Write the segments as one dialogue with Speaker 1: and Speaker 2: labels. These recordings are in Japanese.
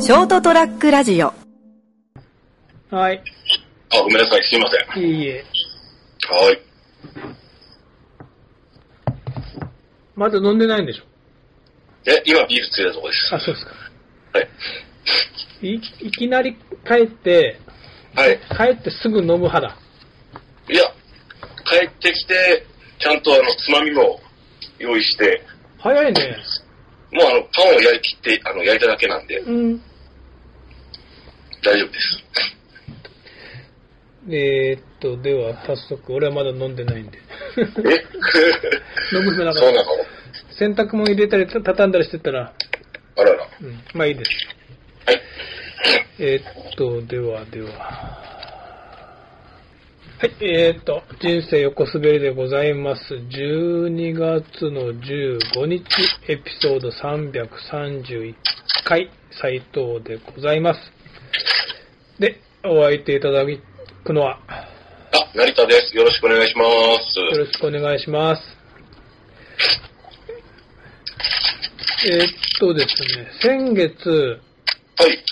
Speaker 1: ショートトラックラジオ
Speaker 2: はい。
Speaker 3: あ、ごめんなさい、すいませ
Speaker 2: い
Speaker 3: ん。
Speaker 2: えいえ。
Speaker 3: はい。
Speaker 2: まだ飲んでないんでしょ
Speaker 3: え、今ビールついたとこです。
Speaker 2: あ、そうですか。
Speaker 3: はい。
Speaker 2: い、いきなり帰って、
Speaker 3: はい。
Speaker 2: 帰ってすぐ飲む派だ。
Speaker 3: いや、帰ってきて、ちゃんとあの、つまみも用意して、
Speaker 2: 早いね。
Speaker 3: もうあの、パンを焼い切って、あの、焼いただけなんで、
Speaker 2: うん。
Speaker 3: 大丈夫です。
Speaker 2: えー、っと、では、早速、俺はまだ飲んでないん で。
Speaker 3: え
Speaker 2: 飲む暇なか
Speaker 3: そう
Speaker 2: っ
Speaker 3: なの
Speaker 2: た。洗濯物入れたり、た畳んだりしてたら、
Speaker 3: あらら。は
Speaker 2: うん。まあいいです。
Speaker 3: い。
Speaker 2: えー、っと、では、では。はい、えー、っと、人生横滑りでございます。12月の15日、エピソード331回、斉藤でございます。で、お相手いただくのは、
Speaker 3: あ、成田です。よろしくお願いしま
Speaker 2: よろ
Speaker 3: す。
Speaker 2: しくお願いします。えー、っとですね、先月、
Speaker 3: はい。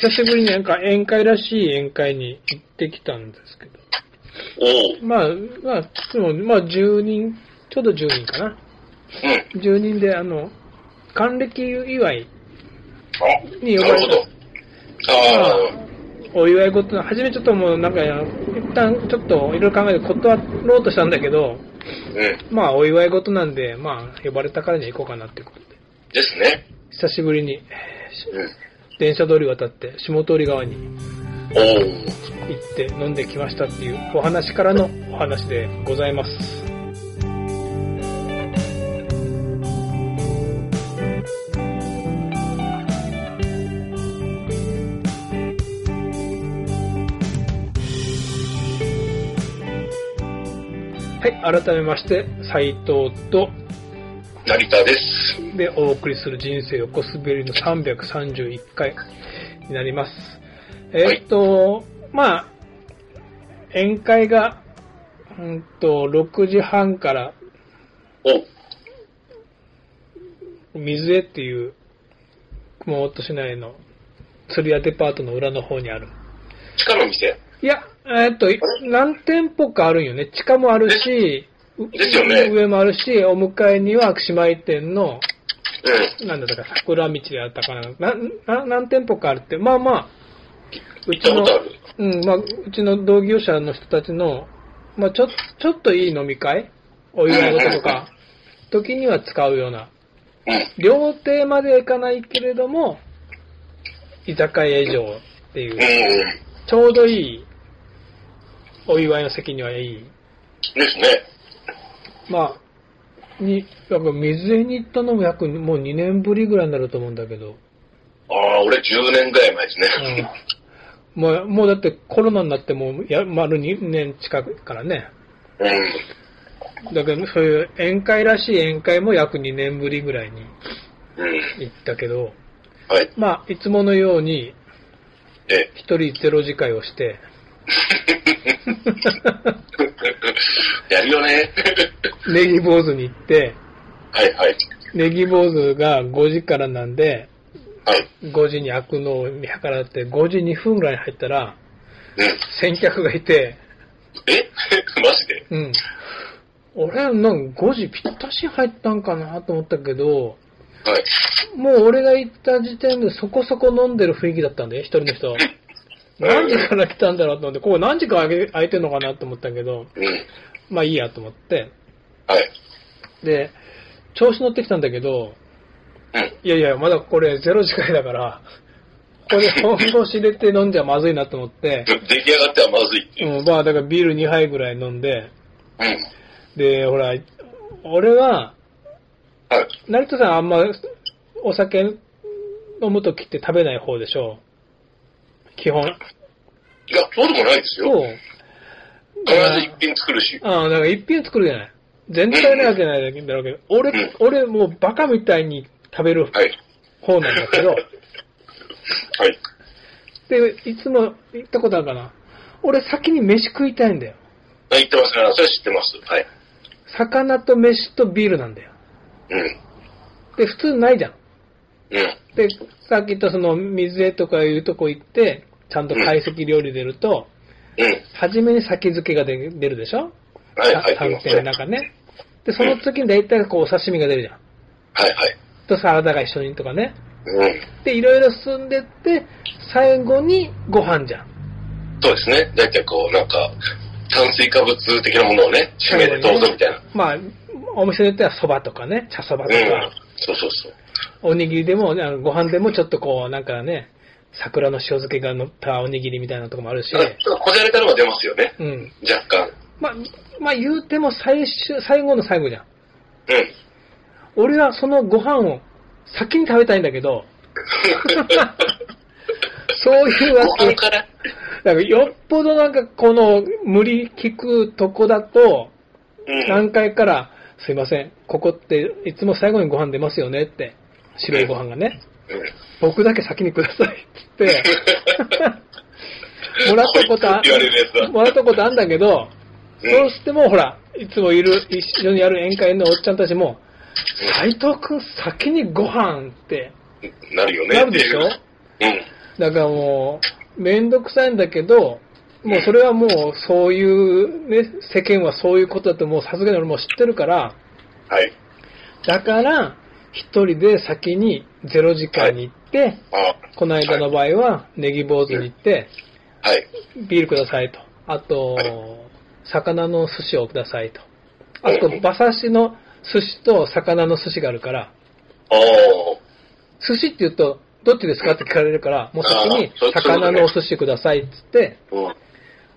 Speaker 2: 久しぶりになんか宴会らしい宴会に行ってきたんですけど、
Speaker 3: おう。
Speaker 2: まあ、まあ、でも、まあ、10人、ちょうど10人かな。
Speaker 3: うん。
Speaker 2: 10人で、あの、還暦祝い、
Speaker 3: あ、
Speaker 2: に呼
Speaker 3: な
Speaker 2: ばれ
Speaker 3: る
Speaker 2: た
Speaker 3: ほど。ああ、
Speaker 2: お祝い事の、初めちょっともう、なんか、一旦ちょっといろいろ考えて断ろうとしたんだけど、
Speaker 3: うん。
Speaker 2: まあ、お祝い事なんで、まあ、呼ばれたからに行こうかなってことで。
Speaker 3: ですね。
Speaker 2: 久しぶりに、
Speaker 3: うん。
Speaker 2: 電車通り渡って、下通り側に
Speaker 3: おう。
Speaker 2: 行って飲んできましたっていうお話からのお話でございます。はい、改めまして、斉藤と、
Speaker 3: 成田です。
Speaker 2: でお送りする人生横滑りの331回になります。えーっと、まあ、宴会が、うんと、6時半から
Speaker 3: おう。
Speaker 2: 水江っていう熊本市内の釣り屋デパートの裏の方にある。
Speaker 3: 地下の店
Speaker 2: いや、えーっと、何店舗かあるんよね。地下もあるし、う
Speaker 3: ですよね
Speaker 2: 上もあるし、お迎えには姉妹店の
Speaker 3: うん。
Speaker 2: なんだったか、桜道であったかな、なな何店舗かあるって、まあまあ、う
Speaker 3: 行った
Speaker 2: ち
Speaker 3: こ
Speaker 2: の
Speaker 3: とある。、
Speaker 2: うん、まあ、うちの同業者の人たちの、まあ、ちょ、ちょっといい飲み会お祝い事とか、時には使うような、
Speaker 3: うん。
Speaker 2: 料亭まではいかないけれども、居酒屋以上って
Speaker 3: う
Speaker 2: いう、
Speaker 3: ん。
Speaker 2: ちょうどいい、お祝いの席にはいい、
Speaker 3: ですね。
Speaker 2: まあ、に、やっぱ水江に行ったのも約、もう2年ぶりぐらいになると思うんだけど、
Speaker 3: ああ、俺10年ぐらい前ですね。
Speaker 2: うんもう、もうだってコロナになってもうや丸2年近くからね。
Speaker 3: うん。
Speaker 2: だけど、そういう宴会らしい宴会も約2年ぶりぐらいに
Speaker 3: うん。
Speaker 2: 行ったけど、
Speaker 3: はい。
Speaker 2: まあ、いつものように
Speaker 3: え、
Speaker 2: 一人ゼロ次会をして、
Speaker 3: やるよね。
Speaker 2: ネギ坊主に行って、
Speaker 3: はいはい。
Speaker 2: ネギ坊主が5時からなんで、
Speaker 3: はい。
Speaker 2: 5時に開くのを見計らって、5時2分ぐらいに入ったら、
Speaker 3: うん。
Speaker 2: 先客がいて、
Speaker 3: え マジで
Speaker 2: うん。俺、なんか5時ぴったし入ったんかなと思ったけど、
Speaker 3: はい。
Speaker 2: もう俺が行った時点でそこそこ飲んでる雰囲気だったんで、一人の人。何時から来たんだろうと思って、ここ何時から空い空いてんのかなと思ったけど、
Speaker 3: うん。
Speaker 2: まあいいやと思って。
Speaker 3: はい。
Speaker 2: で、調子乗ってきたんだけど、
Speaker 3: うん。
Speaker 2: いやいや、まだこれ0時からだから、ここで本腰入れて飲んじゃまずいなと思って、
Speaker 3: 出来上がってはまずいっていう。
Speaker 2: うん、まあだからビール2杯ぐらい飲んで、
Speaker 3: うん。
Speaker 2: で、ほら、俺は、
Speaker 3: はい。
Speaker 2: 成田さんあんまお酒飲むときって食べない方でしょう基本。
Speaker 3: いや、そうでもないですよ。
Speaker 2: そう。
Speaker 3: 必ず一品作るし。
Speaker 2: ああ、なんか一品作るじゃない。全体なわけないだろうけど、俺、
Speaker 3: うん
Speaker 2: 俺もうバカみたいに食べる
Speaker 3: はい。
Speaker 2: 方なんだけ ど、
Speaker 3: はい。
Speaker 2: で、いつも言ったことあるかな。俺先に飯食いたいんだよ。
Speaker 3: あ言ってますから、それは知ってます。はい。
Speaker 2: 魚と飯とビールなんだよ。
Speaker 3: うん。
Speaker 2: で、普通ないじゃん。
Speaker 3: うん。
Speaker 2: で、さっき言ったその水江とかいうとこ行って、ちゃんと解析料理出ると、
Speaker 3: うん。
Speaker 2: 初めに先付けが出出るでしょ
Speaker 3: はいはい。
Speaker 2: 探偵の
Speaker 3: はい
Speaker 2: 中ね。で、その次に大体こうお刺身が出るじゃん。
Speaker 3: はい。
Speaker 2: とサラダが一緒にとかね。
Speaker 3: うん。
Speaker 2: で、いろいろ進んでって、最後にご飯じゃん。
Speaker 3: そうですね。だいたいこう、なんか、炭水化物的なものをね、締めてどうぞみたいな。
Speaker 2: まあ、お店によっては蕎麦とかね、茶蕎麦
Speaker 3: う
Speaker 2: と
Speaker 3: ん
Speaker 2: か、。
Speaker 3: そうそうそう。
Speaker 2: おにぎりでも、ね、あのご飯でもちょっとこう、なんかね、桜の塩漬けが乗ったおにぎりみたいなとこもあるし、
Speaker 3: ただ、ただこじゃれたのは出ますよね。
Speaker 2: うん。
Speaker 3: 若干。
Speaker 2: まあ、まあ言うても最終、最後の最後じゃん。
Speaker 3: うん。
Speaker 2: 俺はそのご飯を先に食べたいんだけ ど、 そういうわ
Speaker 3: ご
Speaker 2: け
Speaker 3: 飯。から
Speaker 2: だからよっぽどなんかこの無理聞くとこだと、
Speaker 3: うん。
Speaker 2: 何回から、すいません、ここっていつも最後にご飯出ますよねって、白いご飯がね、
Speaker 3: うん
Speaker 2: 僕だけ先にくださいって って、もらったこと
Speaker 3: こいつって言われるやつだ
Speaker 2: もらったことあんだけど、
Speaker 3: うん
Speaker 2: どうしてもほら、いつもいる、一緒にやる宴会のおっちゃんたちも、斎藤くん先にご飯って、
Speaker 3: なるよね。
Speaker 2: なるでしょ
Speaker 3: っていう
Speaker 2: だからもう、めんどくさいんだけど、もうそれはもうそういう、ね、世間はそういうことだともうさすがに俺もう知ってるから、
Speaker 3: うん。はい。
Speaker 2: だから、一人で先にゼロ時間に行って、
Speaker 3: あ
Speaker 2: この間の場合はネギ坊主に行って、
Speaker 3: はい。
Speaker 2: ビールくださいと。あと、
Speaker 3: はい
Speaker 2: 魚の寿司をくださいと。あそこ
Speaker 3: う、ん
Speaker 2: 馬刺しの寿司と魚の寿司があるから、
Speaker 3: ああ。
Speaker 2: 寿司って言うと、どっちですかって聞かれるから、もう先に
Speaker 3: あーそう
Speaker 2: 魚のお寿司くださいって言って、
Speaker 3: うん。
Speaker 2: も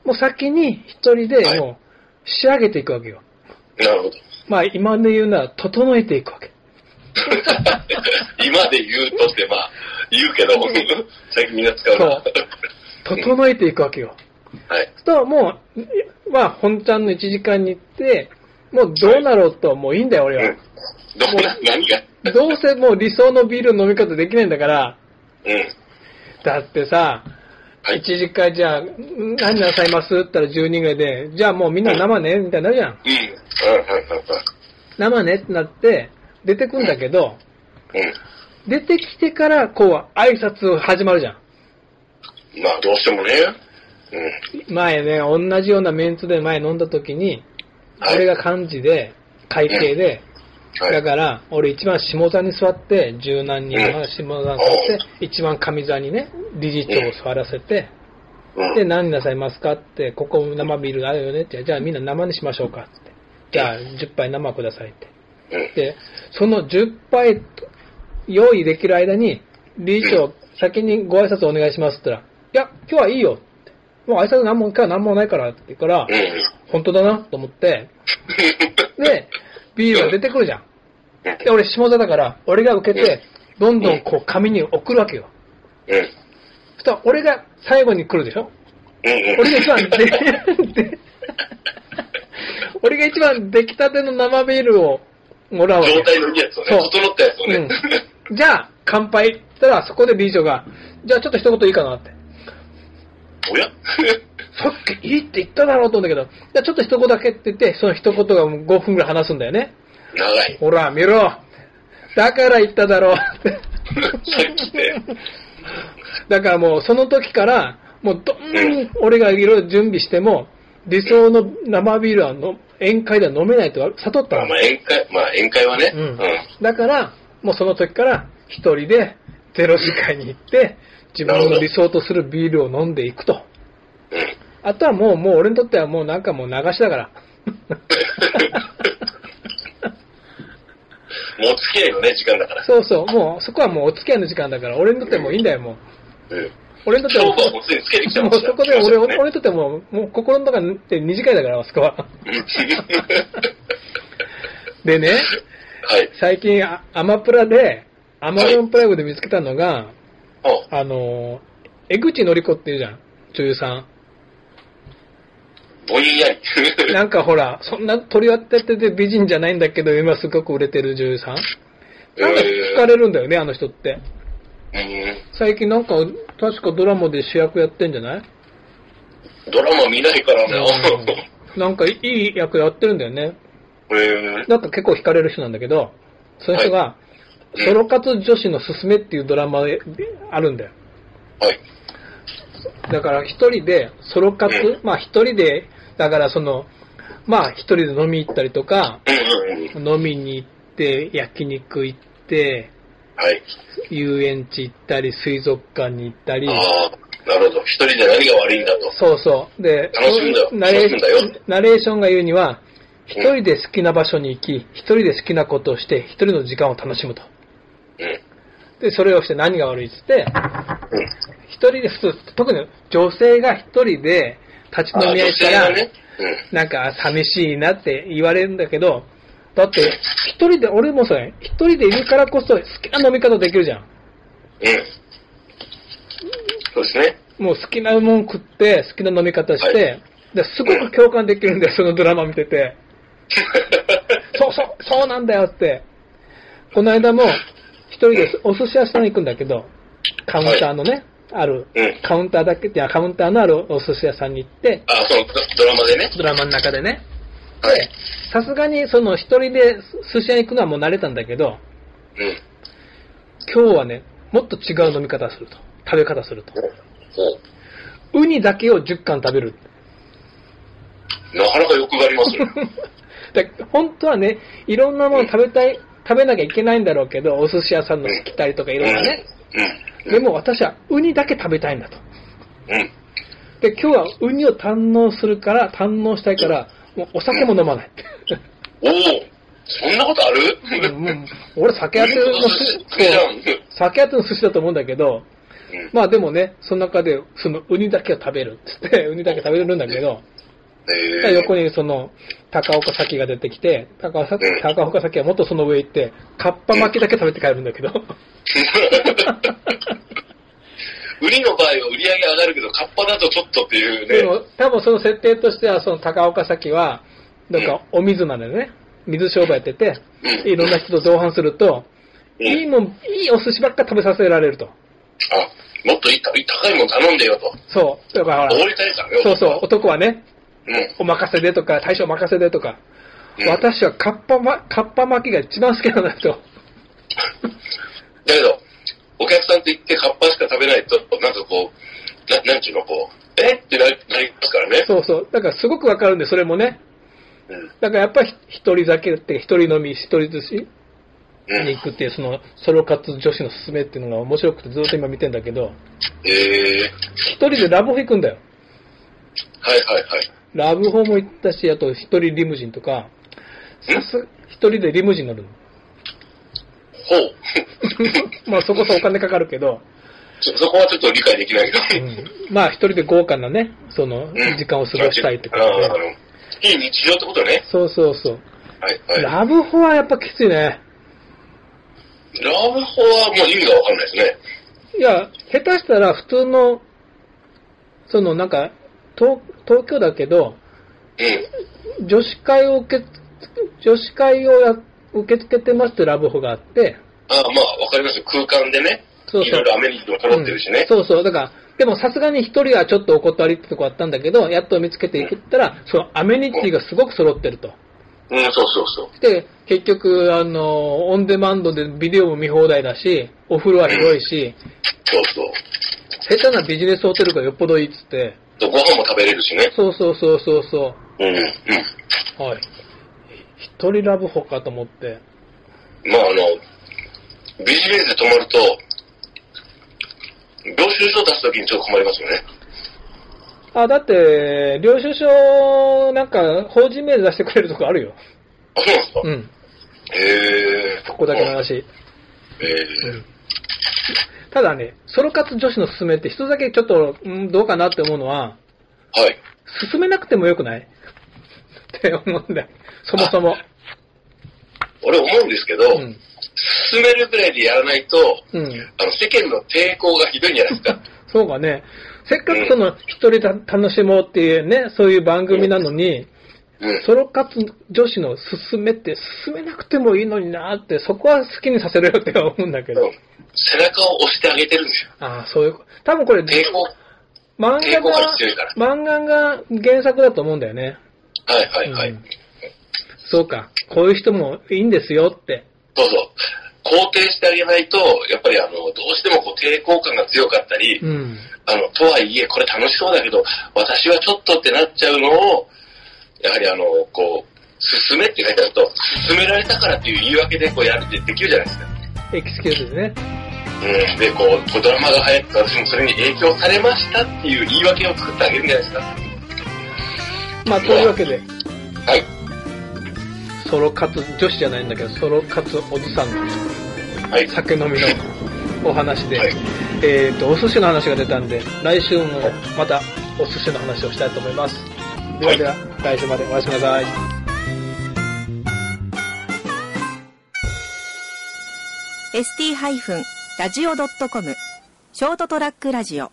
Speaker 2: う先に一人で
Speaker 3: はい
Speaker 2: もう仕上げていくわけよ。
Speaker 3: なるほど。
Speaker 2: まあ今で言うなら整えていくわけ。
Speaker 3: 今で言うとって、まあ、言う けど、最近みんな使うな。
Speaker 2: そう整えていくわけよ。
Speaker 3: はい。
Speaker 2: と、もう、まあ本ちゃんの1時間に行って、もうどうなろうと、もういいんだよ俺
Speaker 3: う
Speaker 2: は
Speaker 3: ん。。どうな、何が
Speaker 2: どうせもう理想のビールの飲み方できないんだから、
Speaker 3: うん。
Speaker 2: だってさ、
Speaker 3: は
Speaker 2: 1
Speaker 3: い。
Speaker 2: 時間じゃあ、ん何なさいますって言ったら10人ぐらいで、じゃあもうみんな生ねみたいになるじゃん。
Speaker 3: うん。うん、はい、はい、はい。
Speaker 2: 生ねってなって、出てくんだけど、
Speaker 3: う
Speaker 2: 出てきてから、こう、挨拶始まるじゃん。
Speaker 3: ん。まあ、どうしてもね。うん。
Speaker 2: 前ね、同じようなメンツで前飲んだ時に、
Speaker 3: はい
Speaker 2: 俺が幹事で、会計で、
Speaker 3: はい。
Speaker 2: だから、俺一番下座に座って、柔軟に
Speaker 3: うん
Speaker 2: 下座に座って、一番上座にね、理事長を座らせて、
Speaker 3: うん。
Speaker 2: で、何なさいますかって、ここ生ビールあるよねって、じゃあみんな生にしましょうかって。じゃあ10杯生くださいって。
Speaker 3: うん。
Speaker 2: で、その10杯用意できる間に、理事長、先にご挨拶お願いしますって言ったら、いや、今日はいいよって。もう挨拶何も、今日は何もないからって言うから、
Speaker 3: うん。
Speaker 2: 本当だなと思って、で、ビールが出てくるじゃん。
Speaker 3: うん
Speaker 2: で、俺下座だから、俺が受けて、どんどんこう紙に送るわけよ。
Speaker 3: うん。
Speaker 2: そしたら俺が最後に来るでしょ
Speaker 3: うん。
Speaker 2: 俺が一番で、で俺が一番出来たての生ビールをもらうわけ
Speaker 3: 状態のいいやつをね、
Speaker 2: そう
Speaker 3: 整ったやつをね。
Speaker 2: うん、じゃあ、乾杯って言ったら、そこで理事長が、じゃあちょっと一言いいかなって。
Speaker 3: おや
Speaker 2: さっきいいって言っただろうと思うんだけど、じゃあちょっと一言だけって言って、その一言がもう5分ぐらい話すんだよね。
Speaker 3: 長い。
Speaker 2: ほら、見ろだから言っただろうって。
Speaker 3: さっきね。
Speaker 2: だからもう、その時から、もうどんな
Speaker 3: う
Speaker 2: に俺がいろいろ準備しても、理想の生ビールはの宴会では飲めないと悟った
Speaker 3: まあ、
Speaker 2: の
Speaker 3: まあ、宴会、まあ、宴会はね。
Speaker 2: うんだから、もうその時から一人でゼロ時間に行って、自分の理想とするビールを飲んでいくと。
Speaker 3: うん。
Speaker 2: あとはもう、もう俺にとってはもうなんかもう流しだ から。
Speaker 3: もう付き合いのね、時間だから。
Speaker 2: そうそう、もうそこはもうお付き合いの時間だから、俺にとってはもういいんだよ、もう。
Speaker 3: うん。
Speaker 2: 俺にとっては
Speaker 3: 勝負はもうすでにつけてきて
Speaker 2: も
Speaker 3: ま
Speaker 2: う
Speaker 3: すから
Speaker 2: そこで俺、
Speaker 3: ね
Speaker 2: 俺にとってはもう、もう心の中で2次会だから、あそこは。でね、
Speaker 3: はい。
Speaker 2: 最近あアマプラで、アマゾンプライムで見つけたのが、
Speaker 3: あ
Speaker 2: あのー、江口のり子っていうじゃん、女優さん。
Speaker 3: ぼんやり。
Speaker 2: なんかほら、そんな取り当てて美人じゃないんだけど、今すごく売れてる女優さん。なんか
Speaker 3: え
Speaker 2: 惹
Speaker 3: ー
Speaker 2: かれるんだよね、あの人って。
Speaker 3: う
Speaker 2: 最近なんか、確かドラマで主役やってんじゃない
Speaker 3: んドラマ見ないから ね。
Speaker 2: うんなんかいい役やってるんだよね。
Speaker 3: えー
Speaker 2: なんか結構惹かれる人なんだけど、そういう人が、ソロ活女子のすすめっていうドラマであるんだよ。
Speaker 3: はい。
Speaker 2: だから一人でソロ活、
Speaker 3: うん
Speaker 2: まあ一人で、だからその、まあ一人で飲み行ったりとか、
Speaker 3: うんうんうん。
Speaker 2: 飲みに行って、焼肉行って、
Speaker 3: はい。
Speaker 2: 遊園地行ったり、水族館に行ったり、
Speaker 3: ああ、なるほど。一人で何が悪いんだと。
Speaker 2: そうそう。で、
Speaker 3: 楽しむんだよ
Speaker 2: ナレー
Speaker 3: 楽しむんだよ
Speaker 2: ナレーションが言うには、一
Speaker 3: うん
Speaker 2: 人で好きな場所に行き、一人で好きなことをして、一人の時間を楽しむと。
Speaker 3: うん。
Speaker 2: で、それをして何が悪いっつって、
Speaker 3: うん。
Speaker 2: 一人で普通、特に女性が一人で立ち飲み合いしたら、
Speaker 3: あ女性がね。うん。
Speaker 2: なんか寂しいなって言われるんだけど、だって一人で、俺もそれ、一人でいるからこそ好きな飲み方できるじゃん。
Speaker 3: うん。そうですね。
Speaker 2: もう好きなもん食って、好きな飲み方して、
Speaker 3: は
Speaker 2: ですごく共感できるんだよ、そのドラマ見てて。そうそう、そうなんだよって。この間も、一人でお寿司屋さん行くんだけど、カウンターのね、ある
Speaker 3: うん、
Speaker 2: カウンターだけ、いや、カウンターのあるお寿司屋さんに行って、
Speaker 3: あ、そのドドラマでね。
Speaker 2: ドラマの中でね。
Speaker 3: はい。
Speaker 2: さすがに、その一人で寿司屋に行くのはもう慣れたんだけど、
Speaker 3: うん。
Speaker 2: 今日はね、もっと違う飲み方すると。食べ方すると。
Speaker 3: おお
Speaker 2: ウニだけを10貫食べる。
Speaker 3: なかなか欲がありますね。
Speaker 2: だ本当はね、いろんなもの食べたい、食べなきゃいけないんだろうけど、お寿司屋さんのしきたりとかいろんなね。
Speaker 3: うん。
Speaker 2: でも私はウニだけ食べたいんだと。
Speaker 3: うん。うん。
Speaker 2: で、今日はウニを堪能するから、堪能したいから、もうお酒も飲まない。
Speaker 3: おおそんなことある
Speaker 2: うんもう俺酒屋
Speaker 3: う
Speaker 2: て
Speaker 3: ん
Speaker 2: の寿
Speaker 3: 寿司
Speaker 2: 司、
Speaker 3: じゃん
Speaker 2: そう酒屋ての寿司だと思うんだけど、
Speaker 3: うん。
Speaker 2: まあでもね、その中で、そのウニだけを食べるっつって、ウニだけ食べるんだけど、
Speaker 3: えー、
Speaker 2: 横にその、高岡早紀が出てきて、高岡
Speaker 3: うん
Speaker 2: 高岡早紀はもっとその上行って、カッパ巻きだけ食べて帰るんだけど、
Speaker 3: 売りの場合は売り上げ上がるけど、カッパだとちょっとっていうね。
Speaker 2: でも多分その設定としては、その高岡早紀は、なんかお水なんだよね、水商売やってて、
Speaker 3: うん
Speaker 2: いろんな人と同伴すると、
Speaker 3: うん
Speaker 2: いいもん、いいお寿司ばっか食べさせられると。
Speaker 3: あ、もっといい高いもの頼んでよと。
Speaker 2: そう。だからほ
Speaker 3: お
Speaker 2: ら
Speaker 3: ごりたいからよ。
Speaker 2: そうそう、男はね、
Speaker 3: うん。うん。
Speaker 2: お任せでとか、大将お任せでとか、
Speaker 3: うん
Speaker 2: 私はカッパま、カッパ巻きが一番好きなんだと。
Speaker 3: だけど、お客さんと行ってカッパしか食べないと、なんかこう、ななんちゅうの、こう、えってなりなりますからね。
Speaker 2: そうそう。だからすごくわかるんで、それもね。
Speaker 3: うん。
Speaker 2: だからやっぱり一人酒って、一人飲み、一人寿司
Speaker 3: うん
Speaker 2: に行くっていう、その、ソロ活女子のすすめっていうのが面白くてずっと今見てんだけど、
Speaker 3: えー、
Speaker 2: 一人でラブホ行くんだよ。
Speaker 3: はいはいはい。
Speaker 2: ラブホも行ったし、あと一人リムジンとか、さす、一人でリムジン乗るの。
Speaker 3: ほう。
Speaker 2: まあそこそこお金かかるけど、
Speaker 3: そ、そこはちょっと理解できないけど。
Speaker 2: うんまあ一人で豪華なね、その、
Speaker 3: うん
Speaker 2: 時間を過ごしたいってこと
Speaker 3: あ
Speaker 2: で
Speaker 3: あ。あのいい日常ってことね。
Speaker 2: そうそうそう。
Speaker 3: はいはい。ラ
Speaker 2: ラブホはやっぱきついね。
Speaker 3: ブホはもう意味がわかんないですね。
Speaker 2: いや、下手したら普通の、そのなんか、東東京だけど、女子会を受け、女子会をや受け付けてますってラブホがあって、
Speaker 3: うん。ああ、まあ、わかりますよ。空間でね。
Speaker 2: そうそう
Speaker 3: いろいろアメニティも揃ってるし
Speaker 2: うん
Speaker 3: ね。
Speaker 2: そうそう。だから、でもさすがに一人はちょっとお断りってとこあったんだけど、やっと見つけていくったら、そのアメニティがすごく揃ってると。
Speaker 3: うん、そうそうそう。
Speaker 2: で、結局、あの、オンデマンドでビデオも見放題だし、お風呂は広いし、
Speaker 3: そうそう。
Speaker 2: 下手なビジネスホテルがよっぽどいいっつって、
Speaker 3: ご飯も食べれるしね。
Speaker 2: そうそうそうそうそ
Speaker 3: うん。うん。
Speaker 2: う。はい。一人ラブホかと思って。
Speaker 3: まあ、あの、ビジネスで泊まると、領収書出すときにちょっと困りますよね。
Speaker 2: あ、だって、領収書、なんか、法人名で出してくれるとこあるよ。
Speaker 3: あ、そうなんですか
Speaker 2: う。ん。
Speaker 3: へえ。
Speaker 2: そこだけの
Speaker 3: うん。
Speaker 2: 話。
Speaker 3: へ
Speaker 2: う
Speaker 3: え。
Speaker 2: ん。ただね、ソロ活女子の勧めって一つだけちょっと、うん、どうかなって思うのは、
Speaker 3: はい。
Speaker 2: 勧めなくてもよくない って思うんだよ。そもそも。
Speaker 3: 俺思うんですけど、
Speaker 2: うん。
Speaker 3: 進めるぐらいでやらないと、
Speaker 2: うん。
Speaker 3: あの、世間の抵抗がひどいんじゃないで すか。
Speaker 2: そうかね。せっかくその、一人だ楽しもうっていうね、そういう番組なのに、
Speaker 3: うん。
Speaker 2: ソロ活女子の勧めって、勧めなくてもいいのになって、そこは好きにさせるよって思うんだけど。
Speaker 3: 背中を押してあげてるんですよ。
Speaker 2: ああ、そういう、多分これ、
Speaker 3: 抵抗。
Speaker 2: 漫
Speaker 3: 抵抗
Speaker 2: 画
Speaker 3: が
Speaker 2: が
Speaker 3: 必要だか、
Speaker 2: 漫画が原作だと思うんだよね。
Speaker 3: はいはいはい。
Speaker 2: うんそうか、こういう人もいいんですよって。
Speaker 3: そうそう。肯定してあげないと、やっぱりあの、どうしてもこう抵抗感が強かったり、
Speaker 2: うん。
Speaker 3: あの、とはいえ、これ楽しそうだけど、私はちょっとってなっちゃうのを、やはりあの、こう、進めって書いてあると、進められたからっていう言い訳でこうやるってできるじゃないですか。
Speaker 2: エキスキューズですね。
Speaker 3: うん、で、こう、こうドラマが流行って私もそれに影響されましたっていう言い訳を作ってあげるんじゃないですか。
Speaker 2: まあ、というわけで、
Speaker 3: はい。
Speaker 2: ソロ活、女子じゃないんだけど、ソロ活おじさんの
Speaker 3: はい。
Speaker 2: 酒飲みのお話で、
Speaker 3: はい
Speaker 2: えっ、と、お寿司の話が出たんで、来週もまたお寿司の話をしたいと思います。ではでは、来週までおやすみなさい。
Speaker 1: ST-radio.com ショートトラックラジオ